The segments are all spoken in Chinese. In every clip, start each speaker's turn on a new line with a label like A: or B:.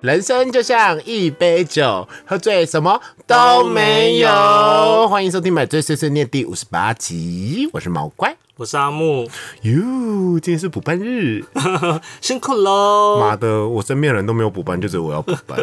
A: 人生就像一杯酒，喝醉什么都没有。欢迎收听《买醉碎碎念》第五十八集，我是毛怪。
B: 我是阿木，
A: 哟，今天是补班日，
B: 辛苦 喽。
A: 妈的，我身边的人都没有补班，就只有我要补 班。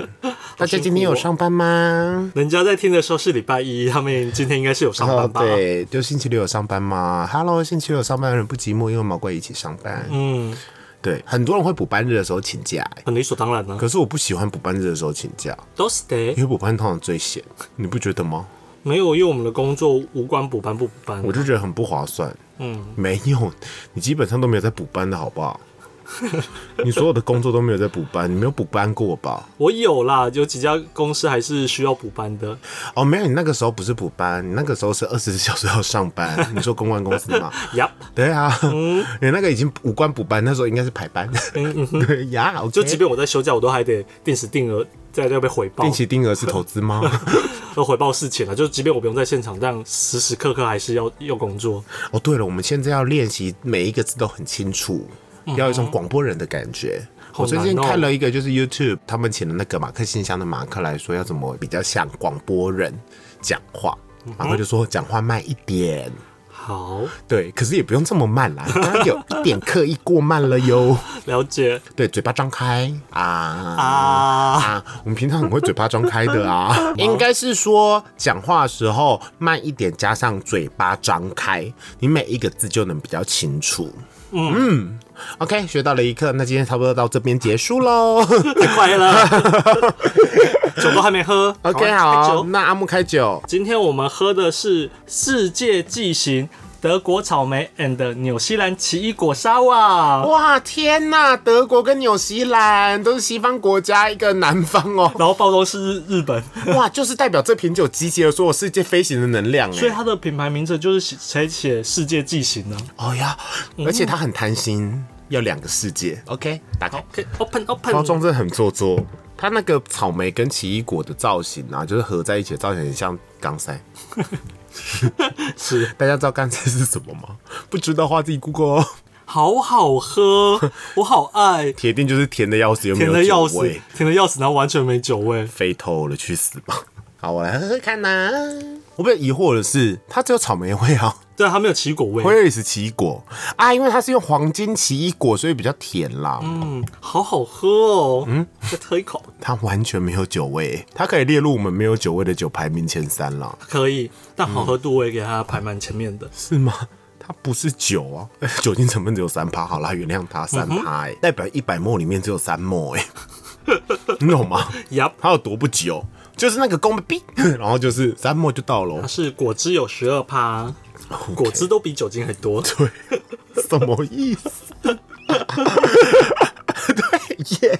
A: 大家今天有上班吗？
B: 人家在听的时候是礼拜一，他们今天应该是有上班 吧？
A: 哦对，就星期六有上班吗？Hello，星期六有上班的人不寂寞，因为毛怪一起上班。
B: 嗯，
A: 对，很多人会补班日的时候请假、欸
B: 很理所当然呢、啊。
A: 可是我不喜欢补班日的时候请假，
B: 都是
A: 因
B: 的，
A: 为补班通常最闲，你不觉得吗？
B: 没有，因为我们的工作无关补班不补班
A: 我。就觉得很不划算。嗯，没有，你基本上都没有在补班的好不好？你所有的工作都没有在补班，你没有补班过吧？
B: 我有啦，有几家公司还是需要补班的。
A: 哦，没有，你那个时候不是补班，你那个时候是二十四小时要上班。你说公关公司嘛？
B: 呀，
A: 对啊，你那个已经无关补班，那时候应该是排班。 对呀，我
B: 就即便我在休假，我都还得定时定额在那边回报
A: 定，期定额是投资吗？
B: 要回报事情了。就即便我不用在现场，但时时刻刻还是要要工作。
A: 哦，对了，我们现在要练习每一个字都很清楚，要有一种广播人的感觉。
B: 嗯好
A: 我最近
B: 难哦
A: 看了一个，就是 YouTube 他们请了那个马克信箱的马克来说，要怎么比较像广播人讲话。
B: 嗯
A: 马克就说讲话慢一点，
B: 好，
A: 对，可是也不用这么慢啦，刚刚有一点刻意过慢了哟。
B: 了解
A: 对，嘴巴张开啊
B: 啊。
A: 啊！我们平常很会嘴巴张开的 啊，应该是说讲话的时候慢一点，加上嘴巴张开，你每一个字就能比较清楚。嗯 o k 学到了一课，那今天差不多到这边结束 喽。
B: 快 乐，酒都还没喝。赶快
A: OK，
B: 啊开
A: 好，
B: 酒
A: 那阿木开酒，
B: 今天我们喝的是世界纪行德国草莓 and 纽西兰奇异果沙瓦。，
A: 哇，天呐，德国跟纽西兰都是西方国家，一个南方哦
B: 然后包装是日日 本，
A: 哇，就是代表这瓶酒集结了所有世界飞行的能量
B: 所以
A: 哎。
B: 它的品牌名字就是写才写世界纪行呢、
A: 哦呀，
B: 嗯
A: 而且他很贪心，要两个世界。OK，打开。
B: OK，open
A: 包
B: open，
A: 装真的很做作。它那个草莓跟奇异果的造型啊，就是合在一起的造型，很像钢塞。
B: 是
A: 大家知道钢塞是什么吗？ 不知道的话自己 Google 哦。
B: 好好 喝，我好爱，
A: 铁定就是甜的要死，又没
B: 甜
A: 有
B: 的要
A: 酒
B: 死
A: 味，，
B: 甜的要死，然后完全没酒味。
A: 飞透了，去死 吧！好，我来喝喝看呐、我比较疑惑的是，它只有草莓味 啊，
B: 对，它没有奇异果味，
A: 威尔斯奇异果啊，因为它是用黄金奇异果，所以比较甜啦。
B: 嗯，好好喝哦。嗯，再喝一口
A: 它完全没有酒味，它可以列入我们没有酒味的酒排名前三啦。
B: 可以，但好喝度我也给它排蛮前面的。
A: 是吗？它不是酒啊， 酒精成分只有三趴，好啦，原谅它三趴，哎、代表一百沫里面只有三沫、哎， 你懂吗？
B: Yup。
A: 它有多不久？就是那个公币， 然后就是三沫就到了
B: 它，是果汁有十二趴，果汁都比酒精还多。
A: 什么意思？ 对耶，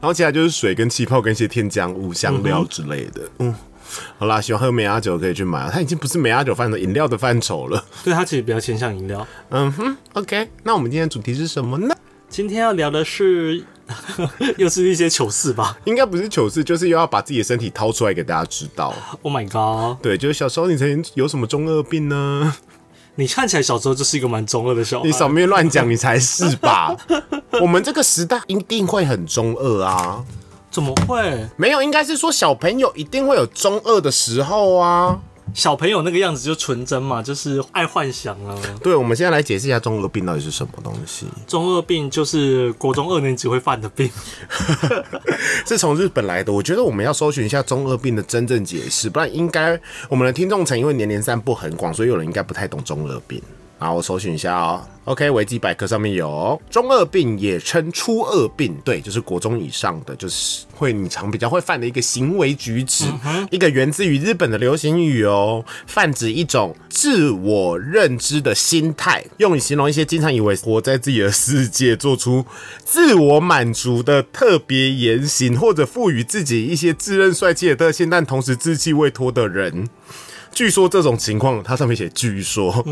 A: 然后接下来就是水跟气泡跟一些添加物、香料之类的，嗯。好啦，喜欢喝美亚酒可以去买啊，它已经不是美亚酒范畴，饮料的范畴了。
B: 对，它其实比较倾向饮料。
A: 嗯哼，OK，那我们今天的主题是什么呢？
B: 今天要聊的是， 又是一些糗事吧
A: 应该不是糗事，就是又要把自己的身体掏出来给大家知道。
B: ？Oh my god！
A: 对，就是小时候你曾经有什么中二病呢？
B: 你看起来小时候就是一个蛮中二的小孩
A: 你。少面乱讲，你才是吧？ 我们这个时代一定会很中二啊！
B: 怎么会？
A: 没有，应该是说小朋友一定会有中二的时候啊。
B: 小朋友那个样子就纯真嘛，就是爱幻想啊。
A: 对，我们现在来解释一下中二病到底是什么东西。
B: 中二病就是国中二年级会犯的病。
A: 是从日本来的，我觉得我们要搜寻一下中二病的真正解释，不然应该我们的听众层因为年龄散布很广，所以有人应该不太懂中二病。好，我搜寻一下哦。OK，维基百科上面有哦中二病，也称初二病，对，就是国中以上的，就是会你常比较会犯的一个行为举止，一个源自于日本的流行语哦，泛指一种自我认知的心态，用以形容一些经常以为活在自己的世界，做出自我满足的特别言行，或者赋予自己一些自认帅气的特性，但同时稚气未脱的人。据说这种情况，它上面写“据说”，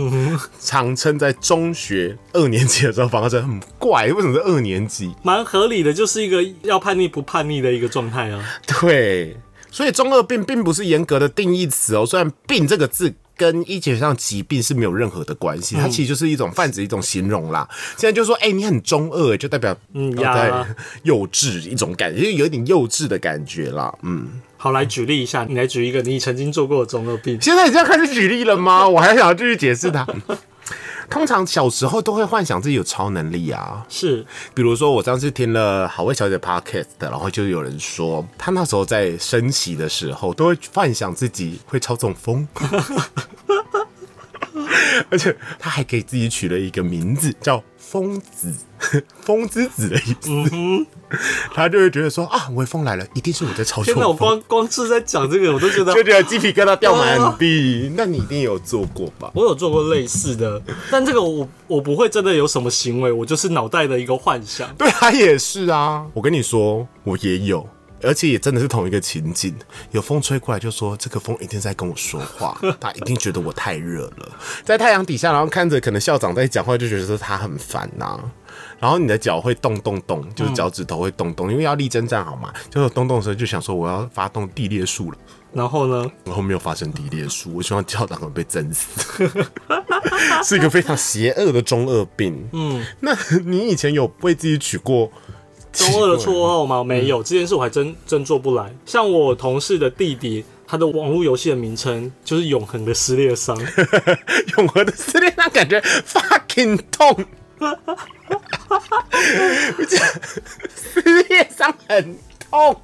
A: 常称在中学二年级的时候发生，很怪，为什么是二年级？
B: 蛮合理的，就是一个要叛逆不叛逆的一个状 态啊。
A: 对，所以中二病并不是严格的定义词哦。虽然“病”这个字跟医学上疾病是没有任何的关
B: 嗯
A: 系，它其实就是一种泛指一种形容啦。现在就说，哎、你很中二，就代表
B: 嗯呀
A: 在幼稚一种感觉，就是有一点幼稚的感觉啦。嗯，
B: 好，来举例一下，你来举一个你曾经做过的中二 病。
A: 现在已经要开始举例了吗？我还想要继续解释它。 通常小时候都会幻想自己有超能力啊，
B: 是，
A: 比如说，我上次听了好味小姐 podcast，然后就有人说，她那时候在升旗的时候，都会幻想自己会操纵风， 而且她还给自己取了一个名字叫风子，风之子的意
B: 嗯
A: 思。她就会觉得说啊，微风来了，一定是我在操
B: 天哪，我
A: 纵风，
B: 光光是在讲这个，我都觉得
A: 就觉得鸡皮疙瘩掉满 地。那你一定有做过吧？
B: 我有做过类似的，但这个我我不会真的有什么行为，我就是脑袋的一个幻 想。
A: 对他也是啊。我跟你说，我也有，而且也真的是同一个情景。有风吹过来，就说这个风一定在跟我说 话，他一定觉得我太热了，在太阳底下，然后看着可能校长在讲话，就觉得说他很烦呐、然后你的脚会动动动，就是脚趾头会动动，因为要立正站好嘛。就是动动的时候就想说我要发动地裂术了，
B: 然后呢，
A: 然后没有发生地裂术，我希望校长会被震 死，是一个非常邪恶的中二病。嗯，那你以前有为自己取过
B: 中二的绰号吗？没
A: 嗯
B: 有，这件事我还真真做不来。像我同事的弟弟，他的网络游戏的名称就是《永恒的撕裂 伤》，
A: 永和的撕裂那感觉 fucking 痛， 撕裂伤很痛。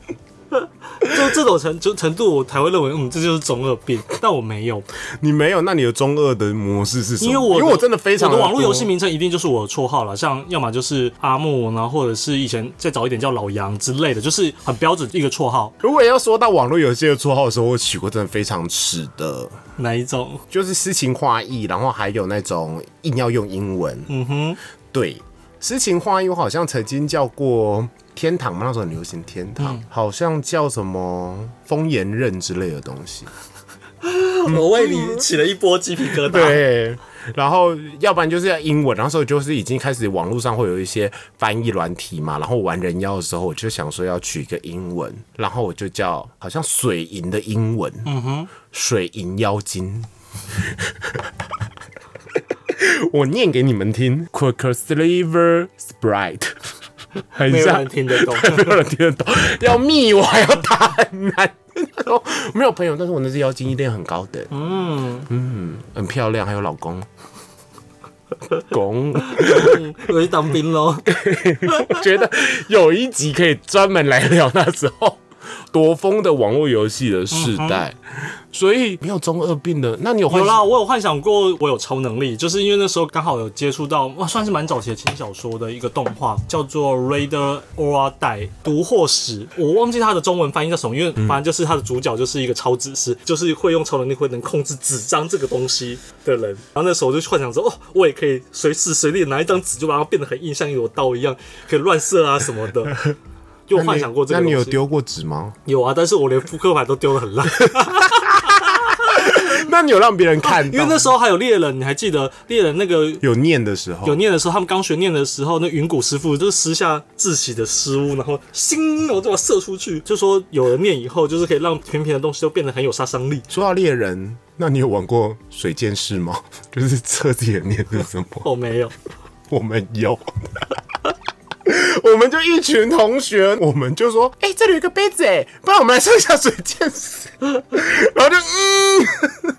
B: 就这种程就程度，我才会认为，嗯，这就是中二病。但我没有，
A: 你没有？那你的中二的模式是什么？
B: 因为我的
A: 因为我真的非常
B: 我的网络游戏
A: 多
B: 名称一定就是我的绰号了，像要么就是阿木，然后或者是以前再早一点叫老杨之类的，就是很标准一个绰号。
A: 如果要说到网络游戏的绰号的时候，我取过真的非常耻的，
B: 哪一种？
A: 就是诗情画意，然后还有那种硬要用英文。嗯哼，对，诗情画意我好像曾经叫过天堂嘛，那时候很流行天堂，好像叫什么风言刃之类的东西。
B: 我为你起了一波鸡皮疙瘩。，
A: 对，然后要不然就是要英文，然后那时候就是已经开始网络上会有一些翻译软体嘛，然后玩人妖的时候，我就想说要取一个英文，然后我就叫好像水银的英文，嗯哼，水银妖精。 我念给你们听，Quicksilver Sprite，很
B: 没有
A: 像
B: 人听 得懂。
A: 没有人听得懂， 要密我还要打很难。那时候没有朋友，但是我那只妖精一定很高等，嗯嗯，很漂亮，还有老 公。公，
B: 嗯我去当兵喽。
A: 我觉得有一集可以专门来聊那时候多风的网络游戏的世代，所以没有中二病的。那你有幻
B: 嗯有啦，
A: 想？
B: 我有幻想过我有超能力，就是因为那时候刚好有接触到，哇，算是蛮早期的轻小说的一个动画，叫做《Raider Aura Die》毒货使，我忘记它的中文翻译叫什么，因为
A: 嗯
B: 反正就是它的主角就是一个超知识，就是会用超能力会能控制纸张这个东西的人。然后那时候我就幻想说，哦，我也可以随时随地拿一张纸就把它变得很硬，像一把刀一样，可以乱射啊什么 的。就幻想过这个
A: 那你
B: 东
A: 有
B: 西
A: 丢过纸吗？
B: 有啊，但是我连扑克牌都丢得 很烂。
A: 那你有让别人看到？
B: 因为那时候还有猎人，你还记得猎人那个
A: 有念的时候，
B: 有念的时候，他们刚学念的时候，那云谷师傅就是私下自己的失误，然后 心我就把它射出去，就说有了念以后，就是可以让平平的东西都变得很有杀伤力。
A: 说到猎人，那你有玩过水剑士吗？ 就是测自己的念是什么？
B: 哦，没有，
A: 我们有。我们就一群同学，我们就说，哎、这里有一个杯子，哎，不然我们来试一下水剑士。然后就，嗯，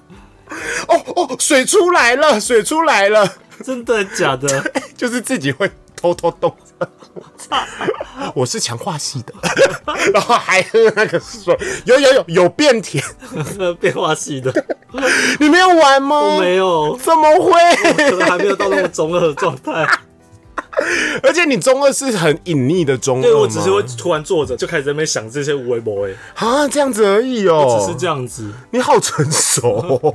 A: 哦哦，水出来了，水出来了，
B: 真的假的？
A: 就是自己会偷偷动。我是强化系的，然后还喝那个水，有有有有变甜，
B: 变化系的，
A: 你没有玩吗？
B: 我没有，
A: 怎么会？
B: 可能还没有到那么中二的状态。
A: 而且你中二是很隐匿的中二吗？
B: 对，我只是会突然坐着就开始在那边想这些无为博哎，
A: 啊，这样子而已哦、
B: 只是这样子。
A: 你好成熟、 哦，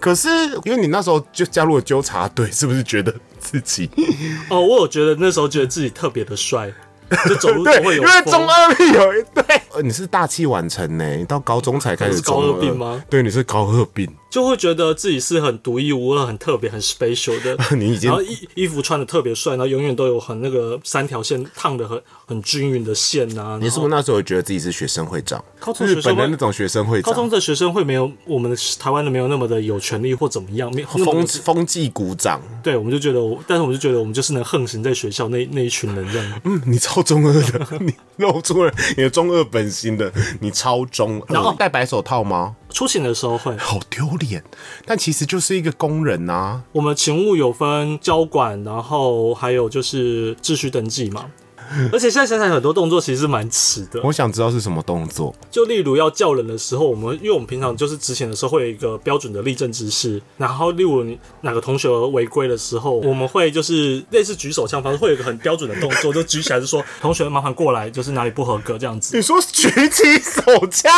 A: 可是因为你那时候就加入了纠察队，是不是觉得自己
B: 哦，我有觉得那时候觉得自己特别的帅，就走路都
A: 对？
B: 会
A: 因
B: 有
A: 为
B: 风
A: 中二病有一对，呃你是大器晚成呢，你到高中才开
B: 我
A: 始
B: 是高
A: 中
B: 二病吗哦
A: 对，你是高二病，
B: 就会觉得自己是很独一无二、很特别、很 special 的。
A: 你已经
B: 然后衣衣服穿的特别帅，然后永远都有很那个三条线烫的很很均匀的线呐、啊。
A: 你是不是那时候觉得自己是学生会长？
B: 高中
A: 日
B: 学
A: 本
B: 生
A: 的
B: 会
A: 那种学生会
B: 高中
A: 长，
B: 的学生会没有我们的台湾的没有那么的有权利或怎么样， 没有那么
A: 风风纪鼓掌。
B: 对，我们就觉得我，但是我们就觉得我们就是能横行在学校那那一群人这样。
A: 嗯，你超中二 的，你露出了你的中二本心的，你超中二。
B: 然后
A: 戴白手套吗？
B: 出勤的时候会，
A: 好丢脸，但其实就是一个工人啊呐、
B: 我们勤务有分交管，然后还有就是秩序登记嘛。而且现在想想，很多动作其实蛮迟的。
A: 我想知道是什么动作，
B: 就例如要叫人的时候，我们因为我们平常就是执勤的时候会有一个标准的立正姿势，然后例如你哪个同学违规的时候，我们会就是类似举手枪方式，会有一个很标准的动作，就举起来就说同学麻烦过来，就是哪里不合格这样 子，
A: 你说举起手枪，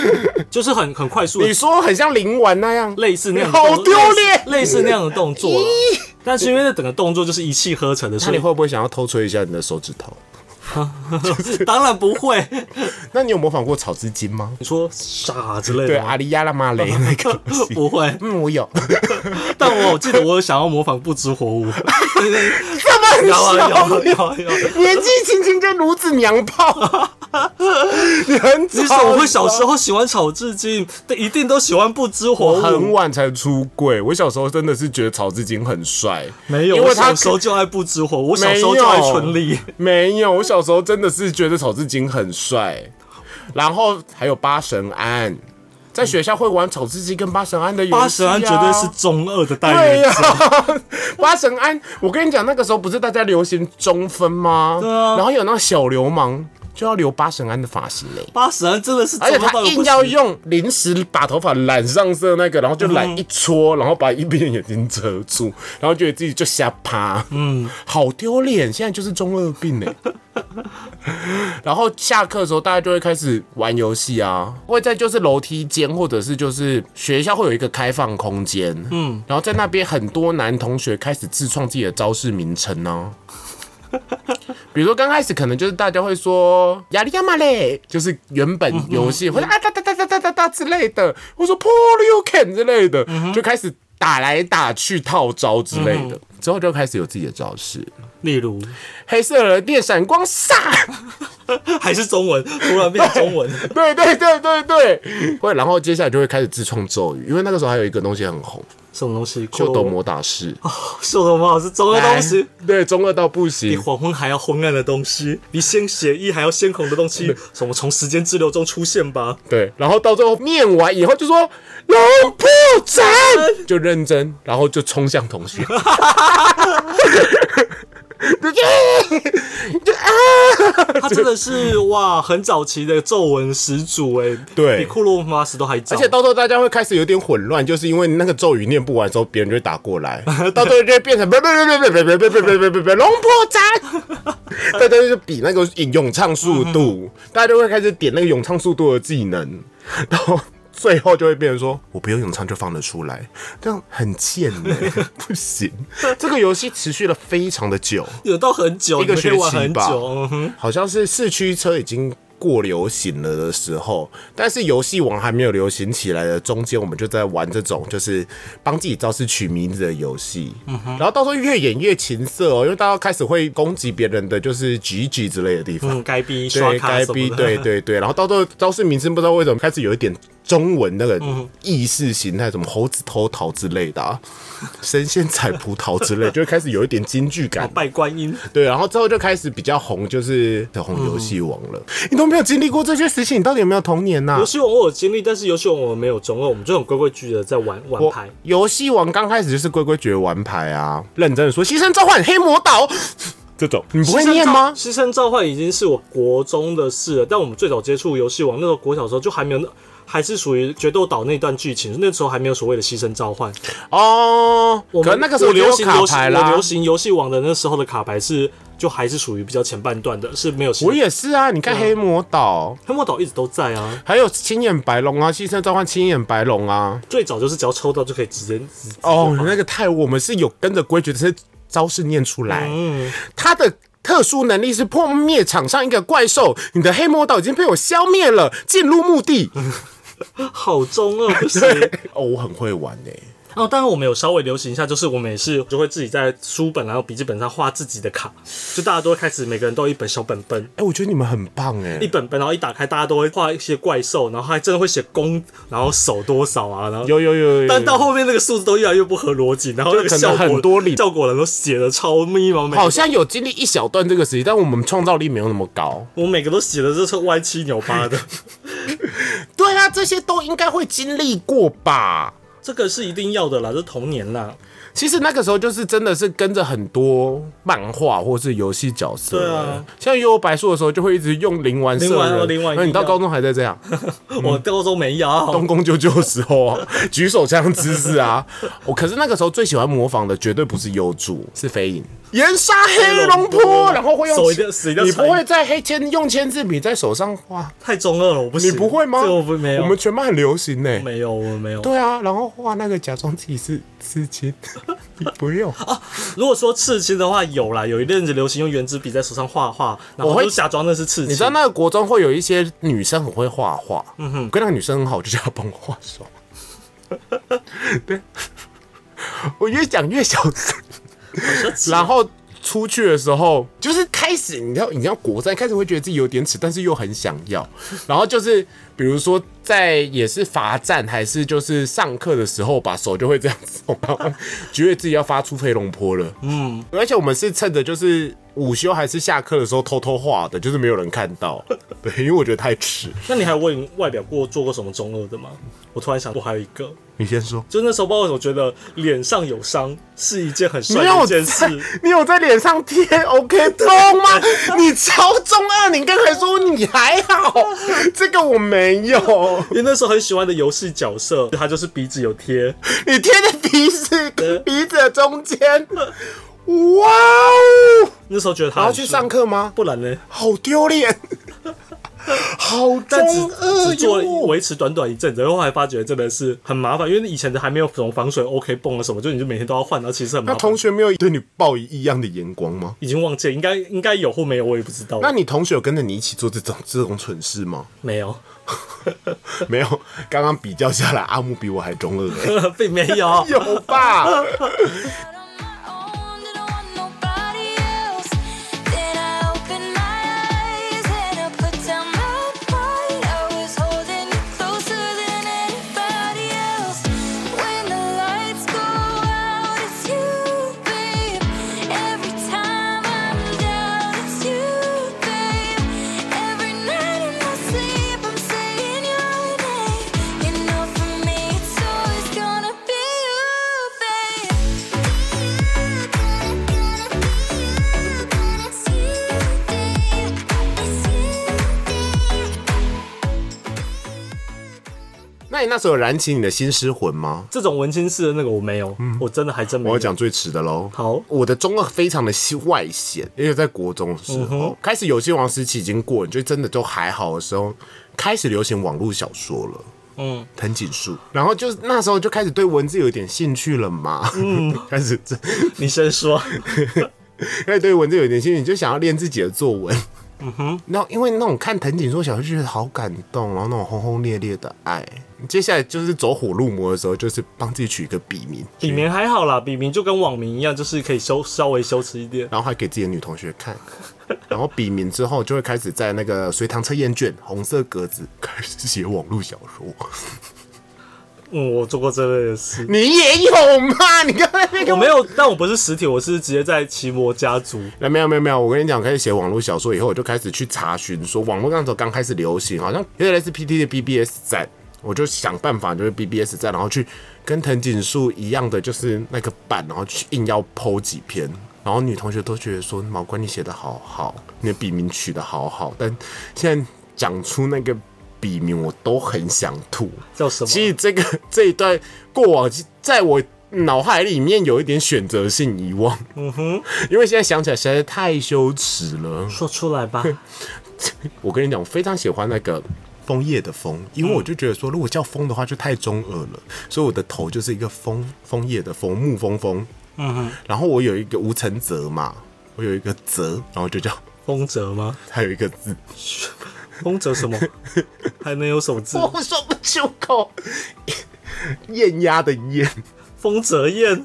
B: 就是很很快速的
A: 你说很像灵丸那样，
B: 类似那样的
A: 好
B: 动作
A: 丢脸
B: 类似类似那样的动作了。啊但是因为那整个动作就是一气呵成的，
A: 那
B: 所
A: 你
B: 以
A: 会不会想要偷吹一下你的手指头？
B: 当然不会。
A: 那你有模仿过草之金吗？
B: 你说傻之类
A: 对，
B: 的吗，
A: 阿里亚拉马雷那个东 西。
B: 不会。
A: 嗯，我有。
B: 但我记得我有想要模仿不知 火舞，
A: 这么
B: 有啊有啊
A: 小，
B: 有啊有啊。
A: 年纪轻轻就如此娘炮，你很早。
B: 你怎么会小时候喜欢草至今？对，一定都喜欢不知
A: 我
B: 火舞。
A: 很晚才出柜，我小时候真的是觉得草之金很帅，
B: 没有，
A: 因为
B: 我
A: 他
B: 小时候就爱不知火，我小
A: 没
B: 时
A: 有
B: 候就爱春丽。
A: 没有，我小时候真的是觉得草之金很帅，然后还有八神庵，在学校会玩草之金跟八神庵的游戏、啊，
B: 八十安绝对是中二的代
A: 对
B: 言
A: 呀、
B: 人。
A: 八神庵，我跟你讲，那个时候不是大家流行中分吗？对
B: 啊
A: 然后有那种小流氓就要留八神庵的发型欸嘞、
B: 八十安真的是中
A: 而且
B: 二
A: 他
B: 到一
A: 硬
B: 个不
A: 要
B: 行。
A: 用临时把头发染上色那个，然后就染一撮，然后把一边眼睛遮住，然后觉得自己就瞎趴，嗯，好丢脸。现在就是中二病 哎、然后下课的时候，大家就会开始玩游戏啊，会在就是楼梯间，或者是就是学校会有一个开放空间，嗯，然后在那边很多男同学开始自创自己的招式名称啊呢、比如说刚开始可能就是大家会说“亚利亚马嘞”，就是原本游戏或者啊哒哒哒哒哒哒哒之类的，或者说 p o l y o can” 之类的，就开始打来打去套招之类的，之后就开始有自己的招式，
B: 例如，
A: 黑色人电闪光煞。
B: 还是中文，突然变中文。
A: 对对对对对，会，然后接下来就会开始自创咒语，因为那个时候还有一个东西很红，
B: 什么东西？
A: 秀斗，魔打士，
B: 秀逗魔是中二东西。
A: 哎对，中二到不
B: 比
A: 行。
B: 黄昏还要昏暗的东西，比鲜血意还要鲜红的东西，什么从时间滞留中出现吧？
A: 对，然后到最后念完以后就说龙破斩，就认真，然后就冲向同学。 就 啊，
B: 他真的是哇，很早期的皱纹始祖哎，
A: 对
B: 比库洛马斯都还早。
A: 而且到时候大家会开始有点混乱，就是因为那个咒语念不完之后，别人就会打过来，到最后就会变成别别别别别别别别别别别龙破斩，大家就比那个咏唱速度，大家就会开始点那个咏唱速度的技能，然后。最后就会变成说，我不用咏唱就放得出来，这样很贱呢、不行。这个游戏持续了非常的久，
B: 有到很久，
A: 一个
B: 你们可以
A: 学
B: 玩
A: 期
B: 很
A: 吧
B: 久。嗯哼
A: 好像是四驱车已经过流行了的时候，但是游戏王还没有流行起来的中间，我们就在玩这种就是帮自己招式取名字的游戏。然后到时候越演越情色哦，因为大家开始会攻击别人的就是 GG 之类的地方。
B: 嗯，该逼刷
A: 对，
B: 卡
A: 该
B: 什
A: 逼，
B: 么的，
A: 对对对，然后到时候招式名称不知道为什么开始有一点中文那个意识形态，什么猴子头桃之类的、啊，神仙采葡萄之类，就会开始有一点京剧感
B: 哦。 拜观音，
A: 对，然后之后就开始比较红，就是红游戏王了。嗯你都没有经历过这些事情，你到底有没有童年呐、啊
B: 游戏王我有经历，但是游戏王我们没有中二，我们就很规规矩矩的在玩玩
A: 我
B: 牌。
A: 游戏王刚开始就是规规矩矩玩牌啊，认真的说，牺牲召唤黑魔岛 这种，啊你不会念吗？
B: 牺牲召唤已经是我国中的事了，但我们最早接触游戏王，那时候国小的时候就还没有那。还是属于决斗岛那段剧情，那时候还没有所谓的牺牲召唤。
A: 哦，
B: 我
A: 可
B: 们
A: 那个时候
B: 我
A: 就有
B: 流行
A: 卡
B: 游戏，
A: 牌
B: 我
A: 啦
B: 流。行游戏王的那时候的卡牌是就还是属于比较前半段的，是没有牺牲。
A: 我也是啊，你看黑魔岛，
B: 黑魔岛一直都在啊，
A: 还有青眼白龙啊，牺牲召唤青眼白龙啊。
B: 最早就是只要抽到就可以直接直
A: 哦，
B: 直接
A: 那个太我们是有跟着规矩，只是招式念出来。嗯，他的。特殊能力是破灭场上一个怪兽，你的黑魔岛已经被我消灭了，进入墓地。
B: 好 中二不行。
A: 哦，我很会玩哎、
B: 哦，当然我们有稍微流行一下，就是我们也是就会自己在书本然后笔记本上画自己的卡，就大家都会开始每个人都有一本小本本，
A: 哎、我觉得你们很棒哎、
B: 一本本，然后一打开大家都会画一些怪兽，然后还真的会写攻，然后手多少啊，然后。
A: 有有有有有，
B: 但到后面那个数字都越来越不合逻辑，然后那个
A: 就可能
B: 效果
A: 很多里
B: 效果人都写的超密毛，每
A: 好像有经历一小段这个时期，但我们创造力没有那么高。
B: 我每个都写的这是歪七扭 八的，
A: 对啊，这些都应该会经历过吧。
B: 这个是一定要的啦，这是童年啦。
A: 其实那个时候就是真的是跟着很多漫画或是游戏角色，
B: 对啊，
A: 像幽游白书的时候就会一直用灵丸射
B: 灵丸哦
A: 人，
B: 灵丸
A: 那你
B: 一定
A: 到
B: 要
A: 高中还在这 样，嗯
B: 我高中没有，
A: 东宫啾啾的时候啊，举手枪姿势啊，我可是那个时候最喜欢模仿的绝对不是幽助，是飞影，岩杀黑龙坡，然后会用
B: 哎哦手一定死一定要
A: 你
B: 缠
A: 不会在黑铅用签字笔在手上画，
B: 太中二了，我不
A: 你
B: 行。
A: 不会吗？
B: 这个我不没有，
A: 我们全班很流行呢、
B: 没有，我们没有。
A: 对啊，然后画那个假装自己是刺青， 你不用。
B: 如果说刺青的话，有啦，有一阵子流行用圆珠笔在手上画画，然
A: 我
B: 后
A: 会
B: 就假装那是刺
A: 你知道
B: 青。
A: 那个国中会有一些女生很会画画，嗯哼，跟那个女生很好，我就叫她帮我画手。 对，我越讲越小声。然后出去的时候，就是开始你要你要国战，开始会觉得自己有点耻，但是又很想要。 然后就是比如说在也是罚站还是就是上课的时候，把手就会这样子， 然后觉得自己要发出飞龙坡了。嗯，而且我们是趁着就是午休还是下课的时候偷偷画的，就是没有人看 到。对，因为我觉得太迟。
B: 那你还有问外表过做过什么中二的吗？我突然想，我还有一个，
A: 你先说，
B: 就那时候，不知道为什么觉得脸上有伤是一件很帅
A: 你
B: 的
A: 有
B: 一件
A: 在
B: 事。
A: 你有在脸上贴 OK 绷吗？你超中二，你刚才说你还好，这个我没有。
B: 因为那时候很喜欢的游戏角色，他就是鼻子有贴，
A: 你贴在鼻子鼻子的中间，哇哦！
B: 那时候觉得他
A: 然后
B: 很
A: 去
B: 帅
A: 上，课吗？
B: 不然呢？
A: 好丢脸，好
B: 但只
A: 中二
B: 只做了
A: 哟！
B: 维持短短一阵子，然后后来发觉真的是很麻烦，因为以前的还没有什么防水 OK 泵啊什么，就你就每天都要换，然后其实很
A: 那
B: 麻烦
A: 同。学没有对你报以异样的眼光吗？
B: 已经忘记了，应该应该有或没有，我也不知道。
A: 那你同学有跟着你一起做这种这种蠢事吗？
B: 没有，
A: 没有，刚刚比较下来，阿木比我还中二、 欸
B: 并没有。
A: 有吧？
C: out on my own, didn't want nobody else. Then I opened my eyes and I put down my pride. I was holding you closer than anybody else. When the lights go out, it's you, babe. Every time I'm down, it's you, babe. Every night in my sleep, I'm saying your name. You know for me, it's always gonna be you, babe. It's you, dear.
A: 那你那时候有燃起你的新诗魂吗？
B: 这种文青式的那个我没有，我真的还真
A: 嗯
B: 没
A: 我
B: 有。
A: 要讲最迟的喽。
B: 好
A: 我的中二非常的外显，因为在国中的时候、开始有些王时期已经过了，就真的都还好的时候，开始流行网络小说了。嗯，藤井树，然后就是那时候就开始对文字有一点兴趣了嘛，嗯， 开始这
B: 你 先说，
A: 开始对文字有一点兴趣，你就想要练自己的作文。嗯哼，那因为那种看藤井树小说就觉得好感动，然后那种轰轰烈烈的爱。接下来就是走火入魔的时候，就是帮自己取一个笔名，
B: 笔名还好啦，笔名就跟网名一样，就是可以羞稍微羞耻一点。
A: 然后还给自己的女同学看， 然后笔名之后就会开始在那个随堂测验卷红色格子开始写网络小说。
B: 嗯，我做过这类的事，
A: 你也有吗？你刚才那个
B: 我没有，但我不是实体，我是直接在奇摩家族。
A: 那没有没有没有，我跟你讲，开始写网络小说以后，我就开始去查询说网络那时候刚开始流行，好像有点类似 PT 的 BBS 站，我就想办法就是 BBS 站，然后去跟藤井树一样的就是那个版，然后去硬要剖几篇。然后女同学都觉得说毛冠你写的好好，你的笔名取的好好，但现在讲出那个笔名我都很想吐。
B: 叫什么
A: 其实这个这一段过往，在我脑海里面有一点选择性遗忘。因为现在想起来实在是太羞耻了。
B: 说出来 吧，
A: 我跟你讲，我非常喜欢那个嗯枫叶的枫，因为我就觉得说，如果叫枫的话就太中二了，所以我的头就是一个枫枫叶的枫，沐风风。嗯哼，然后我有一个吴承泽嘛，我有一个泽，然后就叫
B: 风泽吗？
A: 他有一个字，
B: 宫 泽什么？还能有什么字？
A: 我说不出口， 艳压的艳，
B: 丰泽彦，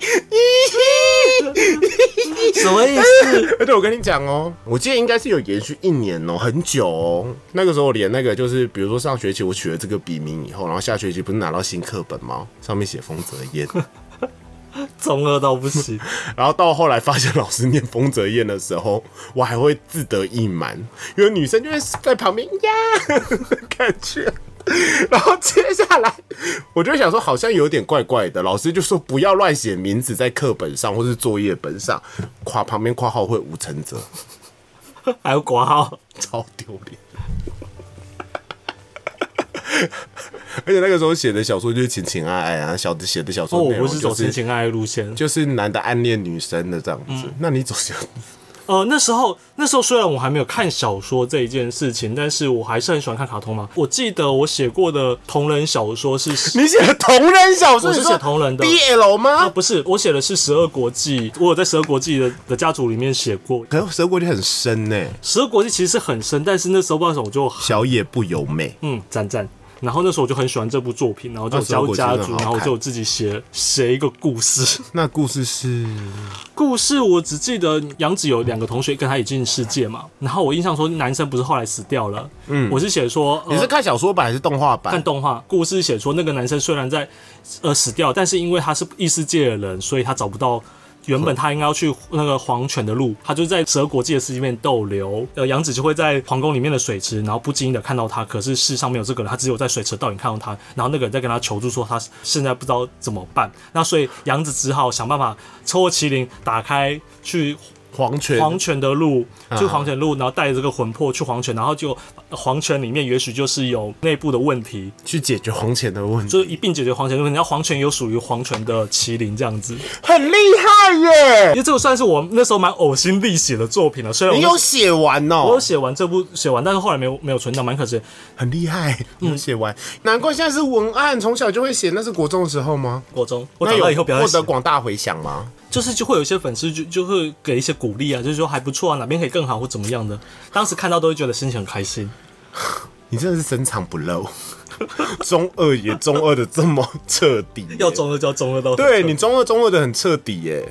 A: 对。
B: 什么意 思？
A: 而且我跟你讲哦，我记得应该是有延续一年哦，很久哦。那个时候连那个就是，比如说上学期我取了这个笔名以后，然后下学期不是拿到新课本吗？上面写丰泽彦，
B: 中二到不行。
A: 然后到后来发现老师念丰泽彦的时候，我还会自得意满，因为女生就会在旁边呀 感觉。然后接下来，我就想说，好像有点怪怪的。老师就说不要乱写名字在课本上或是作业本上，括旁边括号会吴承泽，
B: 还有挂号，
A: 超丢脸。而且那个时候写的小说就是情情爱爱啊，小的写的小
B: 哦，
A: 说
B: 我
A: 内容
B: 不是走
A: 就
B: 情
A: 是
B: 情爱爱路线。
A: 就是男的暗恋女生的这样子。
B: 嗯
A: 那你走向
B: 呃，那时候那时候虽然我还没有看小说这一件事情，但是我还是很喜欢看卡通嘛。我记得我写过的同人小说是
A: 你写的同人小说，
B: 我是
A: 你说
B: 写同人的
A: BL
B: 啊，
A: 吗？
B: 不是，我写的是《十二国际》，我有在《十二国际的》的家族里面写过，《
A: 可是蛇国就很深呢、
B: 十二国际》其实是很深，但是那时候不知道为什么我就
A: 小野不由妹，
B: 嗯赞赞。然后那时候我就很喜欢这部作品，然后就
A: 啊那十二
B: 教
A: 国际
B: 家
A: 真的
B: 族，
A: 好
B: 然后
A: 看
B: 就自己写写一个故事。
A: 那故事是
B: 故事我只记得杨子有两个同学跟他一进世界嘛，然后我印象说男生不是后来死掉了，嗯，我是写说、呃
A: 你是看小说版还是动画版？
B: 看动画故事写说，那个男生虽然在呃死掉，但是因为他是异世界的人，所以他找不到原本他应该要去那个黄泉的路，他就在蛇国界的世界里面逗留。呃，杨子就会在皇宫里面的水池，然后不经意的看到他，可是世上没有这个人，他只有在水池倒影看到他，然后那个人在跟他求助说他现在不知道怎么办，那所以杨子只好想办法抽过麒麟打开去
A: 黄泉
B: 黄泉的路，去黄泉路，然后带着这个魂魄去黄泉，然后就呃黄泉里面也许就是有内部的问题，
A: 去解决黄泉的问题，
B: 就是一并解决黄泉的问题。然后黄泉有属于黄泉的麒麟这样子，
A: 很厉害耶！
B: 因为这个算是我那时候蛮呕心沥血的作品了。虽然我
A: 你
B: 那
A: 有写完哦、
B: 我有写完这部写完，但是后来没有没有存档，蛮可惜的。
A: 很厉害，
B: 嗯
A: 有写完，难怪现在是文案，从小就会写，那是国中的时候吗？
B: 国中我
A: 那
B: 长
A: 有
B: 大以后不要再
A: 获得
B: 写，
A: 广大回响吗？
B: 就是就会有一些粉丝就就会给一些鼓励啊，就是说还不错啊，哪边可以更好或怎么样的。当时看到都会觉得心情很开心。
A: 你真的是深藏不露， 中二也中二的这么彻底耶，
B: 要中二就要中二到
A: 对你中二中二的很彻底耶，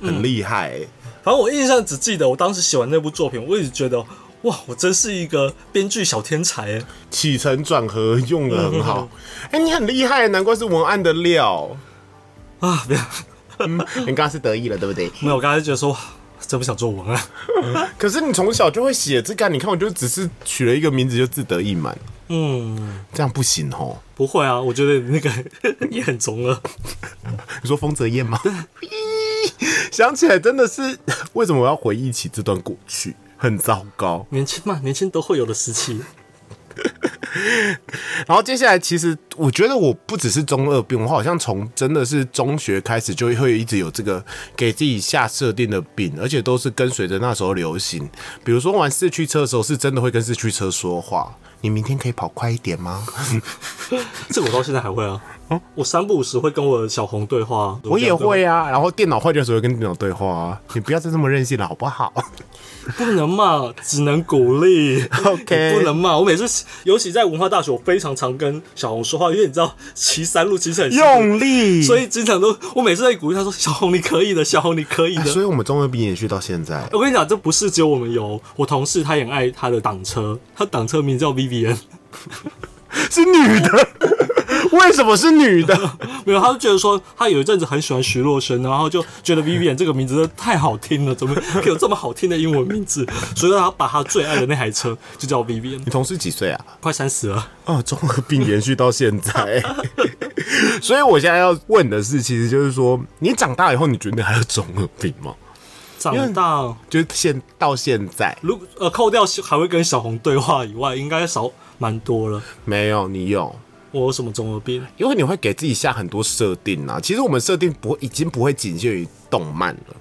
A: 很厉害耶。
B: 反正我印象只记得我当时写完那部作品，我一直觉得哇，我真是一个编剧小天才哎耶。
A: 起承转合用的很
B: 嗯
A: 好，哎、你很厉害，难怪是文案的 料。
B: 啊！不要，
A: 你刚刚是得意了，对不对？
B: 没有，我刚才就觉得说，哇真不想做文案。啊
A: 可是你从小就会写这个啊，你看我就只是取了一个名字就自得意满，
B: 嗯，
A: 这样不行哦。
B: 不会啊，我觉得 你那个也很中二。
A: 你说丰泽宴吗？ 想起来真的是，为什么我要回忆起这段过去？很糟糕。
B: 年轻嘛，年轻都会有的时期。
A: 然后接下来，其实我觉得我不只是中二病，我好像从真的是中学开始就会一直有这个给自己下设定的病，而且都是跟随着那时候流行。比如说玩四驱车的时候，是真的会跟四驱车说话：“你明天可以跑快一点 吗？”
B: 这个我到现在还会啊。我三不五时会跟我的小红对话啊。
A: 哦我也会啊。然后电脑坏掉的时候会跟电脑对话啊，你不要再这么任性了，好不好？
B: 不能骂，只能鼓励。
A: OK
B: 你不能骂。我每次，尤其在文化大学，我非常常跟小红说话，因为你知道骑山路其实很辛苦
A: 用 力。
B: 所以经常都我每次在鼓励他说：“小红，你可以的，小红，你可 以
A: 啊所
B: 的。
A: 以我们中二病延续到现在”。
B: 我跟你讲，这不是只有我们有，我同事他也很爱他的挡车，他挡车名叫 Vivian，
A: 是女 的，为什么是女的？
B: 没有，他就觉得说他有一阵子很喜欢徐若瑄，然后就觉得 Vivian 这个名字真的太好听了，怎么 会有这么好听的英文名字？所以他把他最爱的那台车就叫 Vivian，
A: 你同事几岁啊？
B: 快三十了，
A: 哦，中二病延续到现 在，所以我现在要问的是，其实就是说，你长大以后，你觉得你还有中二病吗？
B: 长大
A: 就是现到现在
B: 如呃扣掉还会跟小红对话以外，应该少蛮多了。
A: 没有，你有。
B: 我有什么中二病？
A: 因为你会给自己下很多设定啊，其实我们设定不已经不会仅限于动漫了。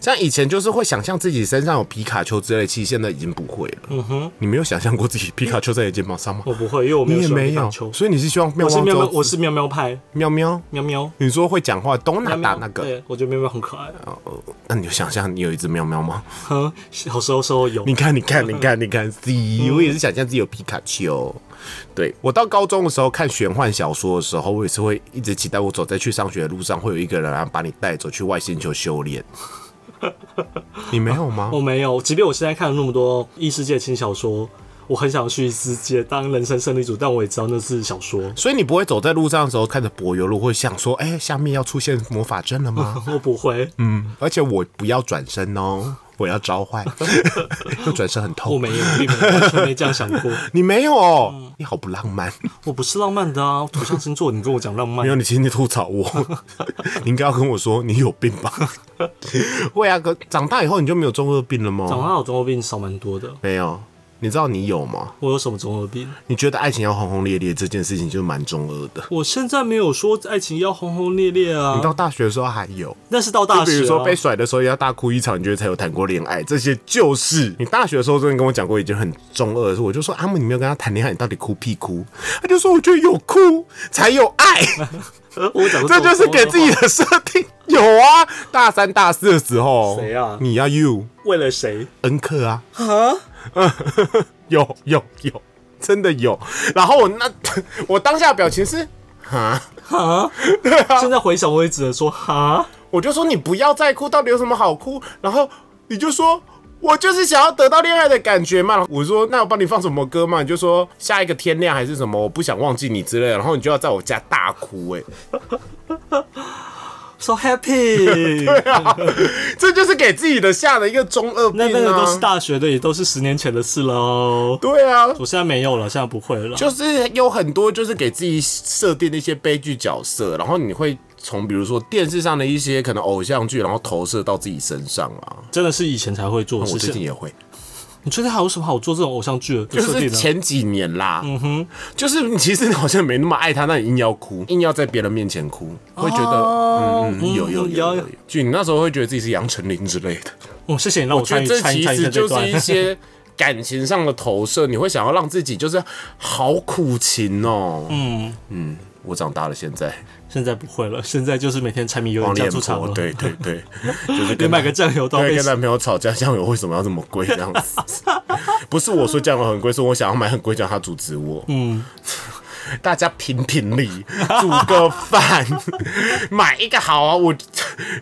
A: 像以前就是会想象自己身上有皮卡丘之类的器，现在已经不会了。嗯哼，你没有想象过自己皮卡丘在你肩膀上吗？
B: 我不会，因为我没
A: 你
B: 有
A: 也
B: 喜欢
A: 没
B: 皮卡
A: 有，
B: 丘。
A: 所以你是希望妙
B: 我是
A: 望
B: 喵喵，
A: 周
B: 我是喵喵派，
A: 喵喵。
B: 喵喵。
A: 你说会讲话，东
B: 喵
A: 娜
B: 喵
A: 打那个，呃
B: 对我觉得喵喵很可爱。
A: 那你就想象你有一只喵喵吗？
B: 哼， 小时候时候有
A: 你看，你
B: 嗯
A: 看，你看，你看，C，我也是 想象自己有皮卡丘。对我到高中的时候看玄幻小说的时候，我也是会一直期待我走在去上学的路上，会有一个人然后把你带走去外星球修 炼。你没有吗？
B: 我没有，即便我现在看了那么多异世界轻小说，我很想去异世界当人生胜利组，但我也知道那是小说，
A: 所以你不会走在路上的时候看着柏油路，会想说：“哎、下面要出现魔法阵了 吗？”
B: 我不会，
A: 嗯，而且我不要转身哦，我要召 唤，又转身很
B: 我
A: 痛。
B: 没有，并没有，完全没这样想过。
A: 你没有
B: 嗯
A: 哦，你好不浪漫。
B: 我不是浪漫的啊，土象星座，你跟我讲浪漫
A: 没有，，你今天吐槽我， 你应该要跟我说你有病吧？ 会啊，哥，长大以后你就没有中二病了
B: 长
A: 吗？
B: 大有中二病少蛮多的。
A: 没有，你知道你有吗？
B: 我有什么中二病？
A: 你觉得爱情要轰轰烈烈这件事情就蛮中二的。
B: 我现在没有说爱情要轰轰烈烈
A: 你到
B: 啊，
A: 大学的时候还有，
B: 但是到
A: 就
B: 大
A: 比
B: 学、
A: 如说
B: 啊
A: 被，甩的时候要大哭一场，你觉得才有谈过恋爱，这些就是你大学的时候真的跟我讲过已经很中二的事，我就说阿木你没有跟他谈恋爱，你到底哭屁哭？他就说我觉得有哭才有爱。
B: 我讲 过
A: 这
B: 种
A: 就是给自己
B: 中二
A: 的设定。 有啊，大三大四的时候，
B: 谁啊
A: 你要 you
B: 话为了谁？
A: 恩克啊？ 啊，有有有，真的有。然后我那 我当下的表情是啊，
B: 现在回想，我也只能说哈，
A: 我就说你不要再哭，到底有什么好哭？然后你就说。我就是想要得到恋爱的感觉嘛。我说，那我帮你放什么歌嘛？你就说下一个天亮还是什么，我不想忘记你之类的。然后你就要在我家大哭、欸，
B: so happy。
A: 这就是给自己的下的一个中二病、
B: 那
A: 啊。
B: 那个都是大学的，也都是十年前的事喽。
A: 对啊，
B: 我现在没有了，现在不会了。
A: 就是有很多就是给自己设定的一些悲剧角色，然后你会从比如说电视上的一些可能偶像剧，然后投射到自己身上啊。
B: 真的是以前才会做的
A: 哦我
B: 事
A: 最近
B: 情。
A: 也会，
B: 你最近还有什么好做这种偶像剧的
A: 就
B: 设定啊
A: 是
B: 呢？
A: 前几年啦，嗯哼，就是你其实你好像没那么爱他，但你硬要哭，硬要在别人面前哭，会觉得
B: 哦
A: 嗯有有有有有，就你那时候会觉得自己是杨丞琳之类的。
B: 嗯，谢谢你让我
A: 我觉
B: 参
A: 得
B: 与
A: 这
B: 参与
A: 其
B: 参与
A: 实
B: 下
A: 就是
B: 这段
A: 一。些感情上的投射，你会想要让自己就是好苦情哦。嗯嗯，我长大了，现在。
B: 现在不会了，现在就是每天柴米油
A: 黄
B: 盐酱
A: 脸
B: 醋茶
A: 婆，
B: 了。
A: 对对 对，就是
B: 你
A: 跟
B: 买个酱油刀
A: 对
B: 被
A: 跟男朋友吵架，酱油为什么要这么贵？这样子， 不是我说酱油很贵，是我想要买很贵，叫他阻止我。嗯， 大家评评理，煮个饭， 买一个好啊。我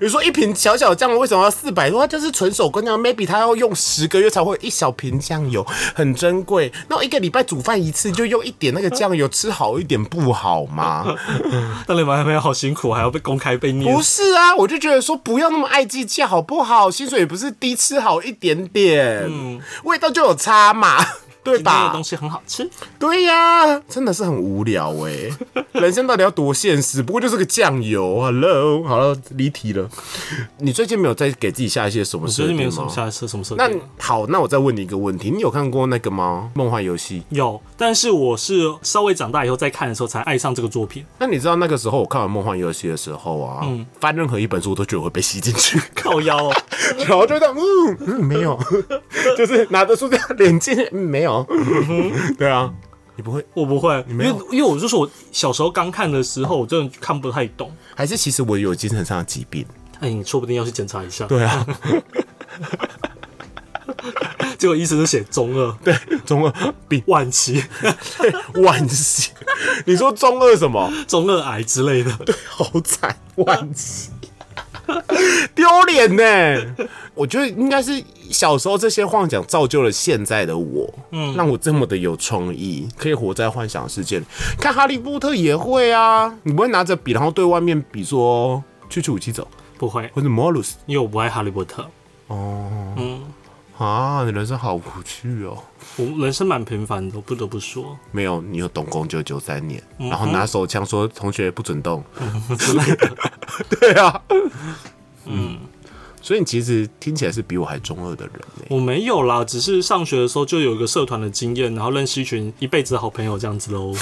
A: 你说一瓶小小的酱油为什么要四百多？它就是纯手工酱，maybe 它要用十个月才会有一小瓶酱油，很珍贵。那我一个礼拜煮饭一次，就用一点那个酱油，吃好一点不好吗？
B: 当你男朋友好辛苦，还要被公开被虐
A: 不。是啊，我就觉得说不要那么爱计较，好不好？薪水也不是低，吃好一点点，味道就有差 嘛，对
B: 嗯今天的
A: 吧
B: 东？西很好吃，
A: 对呀、真的是很无聊哎、 人生到底要多现实？不过就是个酱油，Hello，好了，离题了。你最近没有再给自己下一些什么
B: 最
A: 设
B: 近
A: 定
B: 没有什么
A: 吗？
B: 下吃什么设
A: 那
B: 定。
A: 好，那我再问你一个问题，你有看过那个吗？《梦幻游戏》？
B: 有，但是我是稍微长大以后再看的时候才爱上这个 作品。
A: 那你知道那个时候我看完《梦幻游戏》的时候啊，
B: 嗯
A: 翻任何一本书我都觉得我会被吸进去。
B: 靠腰哦，
A: 然后就这样，嗯嗯，没有， 就是拿着塑料眼镜，嗯，没有，对啊，你不会，
B: 我不会，因
A: 没
B: 为
A: 有
B: 因为我就说我小时候刚看的时候，我真的看不太懂。
A: 还是其实我有精神上的疾病？
B: 哎，你说不定要去检查一下。
A: 对啊，
B: 结果医生是写中二，
A: 对，中二 病
B: 晚期
A: 万幸，你说中二什么？
B: 中二癌之类的。
A: 好惨，万幸。丢脸呢！我觉得应该是小时候这些幻想造就了现在的我，嗯，让我这么的有创意，可以活在幻想世界里。看《哈利波特》也会啊，你不会拿着笔，然后对外面比说“去去武器走”，
B: 不会，
A: 或者 Morus
B: 因为我不爱哈利波特。
A: 啊，你人生好无趣哦。
B: 我人生蛮平凡的，我不得不说。
A: 没有，你有懂工九九三年，然后拿手枪说同学不准 动， 对啊，嗯，所以你其实听起来是比我还中二的人欸呢。
B: 我没有啦，只是上学的时候就有一个社团的经验，然后认识一群一辈子的好朋友这样子喽。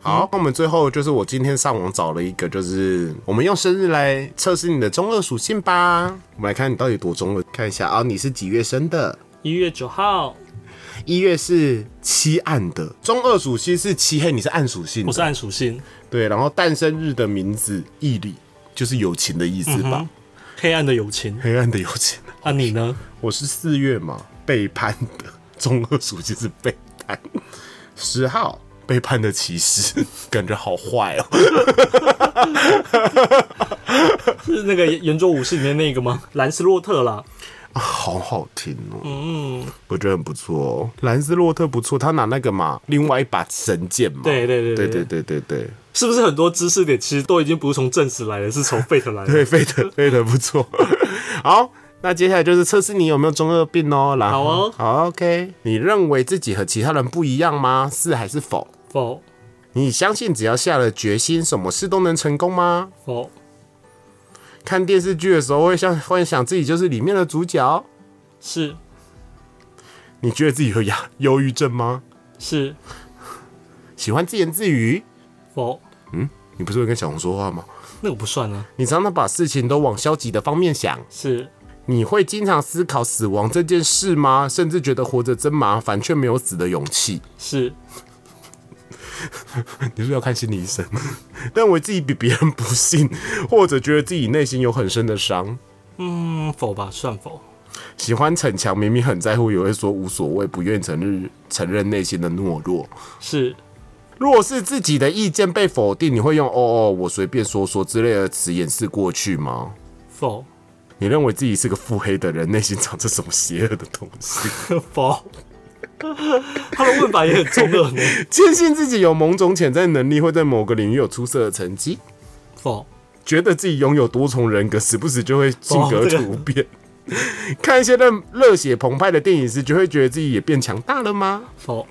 A: 好，那我们最后就是我今天上网找了一个，就是我们用生日来测试你的中二属性吧。我们来看你到底多中二，看一下啊，你是几月生的？
B: 一月九号，
A: 一月是漆暗的，中二属性是漆黑，你是暗属性的，
B: 我是暗属性，
A: 对。然后诞生日的名字义理就是友情的意思吧，
B: 黑暗的友情。
A: 黑暗的友情。
B: 啊，你呢？
A: 我是四月嘛，背叛的中二属性是背叛。十号背叛的骑士， 感觉好坏哦。
B: 是那个圆桌武士里面那个吗？兰斯洛特啦，
A: 啊好好听哦，嗯，我觉得很不错哦。兰斯洛特不错，他拿那个嘛，另外一把神剑嘛，
B: 对对对
A: 对
B: 对
A: 对对对对
B: 是不是很多知识点其实都已经不是从正史来的，是从 Fate 来的？
A: 对，费德费德不错。 好，那接下来就是测试你有没有中二病哦。然后
B: 好哦
A: 好 OK，你认为自己和其他人不一样吗？是还是否？
B: 否
A: 你相信只要下了决心，什么事都能成功吗？
B: 否
A: 看电视剧的时候会像幻想自己就是里面的主角？
B: 是
A: 你觉得自己有压忧郁症吗？
B: 是
A: 喜欢自言自语？
B: 否，
A: 你不是会跟小红说话吗？
B: 那个不算啊，
A: 你常常把事情都往消极的方面想，
B: 是
A: 你会经常思考死亡这件事吗？甚至觉得活着真麻烦，却没有死的勇气。
B: 是
A: 你是不是要看心理医生？认为自己比别人不幸，或者觉得自己内心有很深的伤。
B: 嗯否吧，算否
A: 喜欢逞强，明明很在乎，也会说无所谓，不愿承认承认内心的懦弱。
B: 是
A: 若是自己的意见被否定，你会用“哦哦，我随便说说”之类的词掩饰过去吗？
B: 否
A: 你认为自己是个腹黑的人，内心藏着什么邪恶的东西？
B: 否。 他的问法也很中 二呢，
A: 坚信自己有某种潜在能力，会在某个领域有出色的成绩，
B: 否
A: 觉得自己拥有多重人格，时不时就会性格
B: 哦这个
A: 突变。 看一些热热血澎湃的电影时，就会觉得自己也变强大了吗？
B: 否。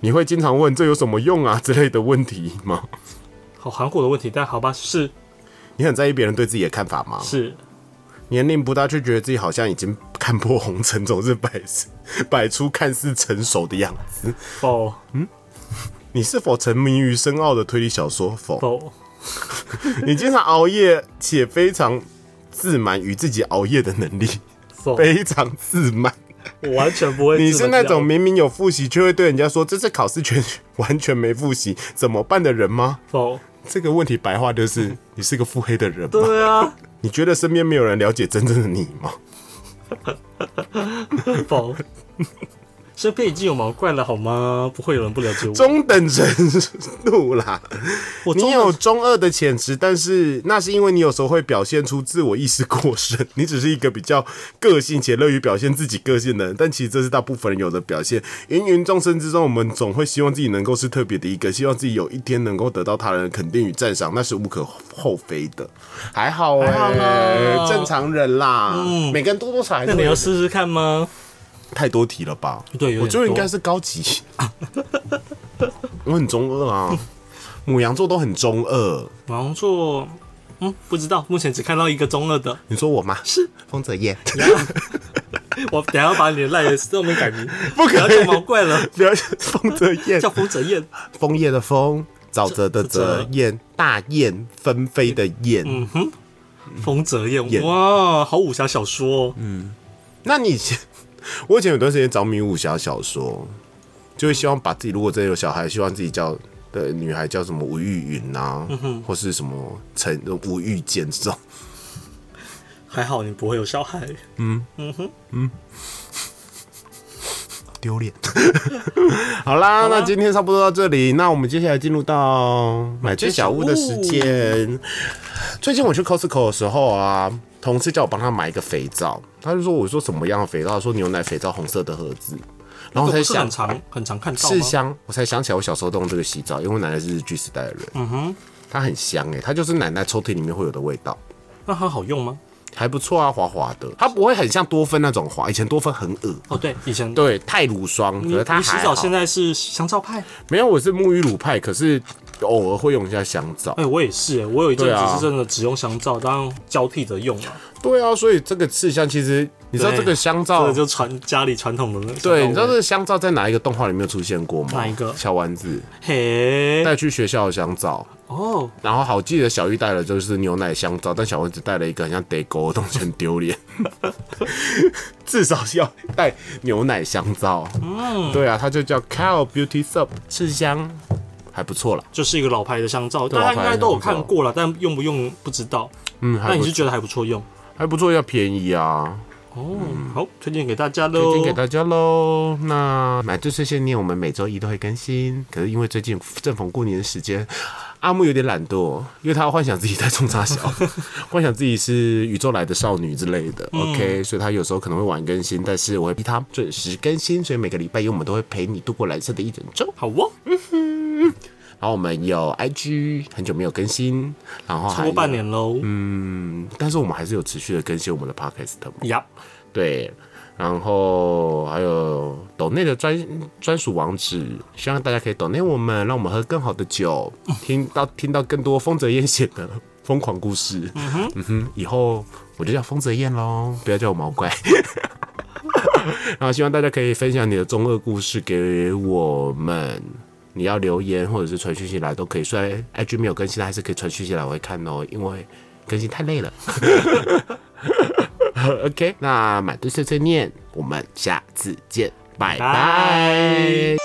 A: 你会经常问这有什么用啊之类的问题吗？
B: 好，韩国的问题，但好吧，是
A: 你很在意别人对自己的看法吗？
B: 是
A: 年龄不大，却觉得自己好像已经看破红尘，总是摆摆出看似成熟的样子。
B: 否
A: 你是否沉迷于深奥的推理小说？否，
B: 否
A: 你经常熬夜，且非常自满于自己熬夜的能力，
B: 否，
A: 非常自满。
B: 我完全不哦 会自
A: 哎你
B: 己
A: 是
B: 讲。
A: 那种明明有复习，却会对人家说这次考试全完全没复习，怎么办的人吗？
B: 否？
A: 这个问题白话就是，你是个腹黑的人吗？
B: 嗯对啊，
A: 你觉得身边没有人了解真正的你吗？
B: 否。身边已经有毛怪了好吗？不会有人不了解我。
A: 中等程度啦，
B: 我中
A: 你有中二的潜质，但是那是因为你有时候会表现出自我意识过剩，你只是一个比较个性且乐于表现自己个性的人，但其实这是大部分人有的表现。芸芸众生之中，我们总会希望自己能够是特别的一个，希望自己有一天能够得到他人的肯定与赞赏，那是无可厚非的。还好哎、
B: 还好啦嗯
A: 正常人啦，每个人多多少少还是
B: 那
A: 会
B: 你
A: 有
B: 要试试看吗？
A: 太多题了吧？
B: 对有点
A: 我觉得应
B: 多
A: 该是高级。 我很中二啊，母羊座都很中二。
B: 马上做，嗯，不知道，目前只看到一个中二 的。
A: 你说我吗？
B: 是
A: 风泽 燕，
B: 我等一下要把你的赖的上面改 名，
A: 不可
B: 要叫毛
A: 以，
B: 怪了，
A: 不要风泽 燕
B: 叫，风泽燕。
A: 枫叶的枫，沼泽的
B: 泽
A: 泽，燕大雁纷飞的燕。
B: 嗯哼，风泽
A: 燕
B: 燕，哇，好武侠小说、哦。
A: 那你以前，我以前有段时间着迷武侠小说，就会希望把自己如果真的有小孩，希望自己叫。的女孩叫什么吴玉云啊，或是什么陈吴玉剑这种，
B: 还好你不会有小孩。
A: 丢 脸。好啦，那今天差不多到这里，那我们接下来进入到买最小物的时间。最近我去 Costco 的时候啊，同事叫我帮他买一个肥皂，他就说我说什么样的肥皂，他说牛奶肥皂红色的盒子，然后我才
B: 不是
A: 想
B: 很常很常看到
A: 是
B: 吗？
A: 香，我才想起来我小时候都用这个洗澡，因为我奶奶是日据时代的人，嗯哼，它很香诶、它就是奶奶抽屉里面会有的味道。
B: 那它好用吗？
A: 还不错啊，滑滑的，它不会很像多芬那种滑。以前多芬很恶，
B: 哦，对，以前
A: 对，泰乳霜，可
B: 你
A: 是它
B: 你洗
A: 还
B: 澡
A: 好。
B: 现在是香皂派？
A: 没有，我是沐浴乳派，可是偶尔会用一下香皂
B: 哎、。我也是、哎，我有一阵
A: 对啊
B: 子是真的只用香皂当交替着用啊。
A: 对啊，所以这个刺香其实你你知道这个香
B: 这
A: 皂
B: 个就传家里传统的那
A: 对，你知道这
B: 这
A: 个香皂在哪一个动画里面有出现过吗？
B: 哪一个
A: 小丸子
B: 嘿
A: 带去学校的香皂，
B: 哦，
A: 然后好记得小玉带的就是牛奶香皂，但小丸子带了一个很像得狗的东西，很丢脸。 至少是要带牛奶香皂。嗯，对啊，它就叫 Cow Beauty Soap，是香，还不错啦。
B: 就是一个老牌的香皂，
A: 对
B: 大家应该都有
A: 老牌的香皂
B: 看过了，但用不用不知道。
A: 嗯，还
B: 但
A: 不
B: 你是觉得还不错用
A: 还不错，要便宜啊，
B: 哦？好，推荐给大家
A: 推
B: 喽。
A: 荐给大家喽。那买醉碎碎念，我们每周一都会更新，可是因为最近正逢过年的时间，阿木有点懒惰，因为他幻想自己在冲沙 小，幻想自己是宇宙来的少女之类的。OK，所以
B: 嗯
A: 他有时候可能会晚更新，但是我会逼他准时更新，所以每个礼拜一我们都会陪你度过蓝色的一整周。
B: 好哦，
A: 嗯然后我们有 IG，很久没有更新，然后
B: 超
A: 还
B: 过
A: 有
B: 半，年喽。
A: 嗯，但是我们还是有持续的更新我们的 Podcast 嘛
B: 呀，
A: 对，然后还有抖内的专专属网址，希望大家可以抖内我们，让我们喝更好的酒，听到听到更多丰泽燕写的疯狂故事。嗯哼，以后我就叫丰泽燕喽，不要叫我毛怪。 然后希望大家可以分享你的中二故事给我们。你要留言或者是传讯息来都可以，虽然 IG 没有更新，但还是可以传讯息来，我会看哦，因为更新太累了。OK，那买对碎碎念，我们下次见，拜拜。
B: 拜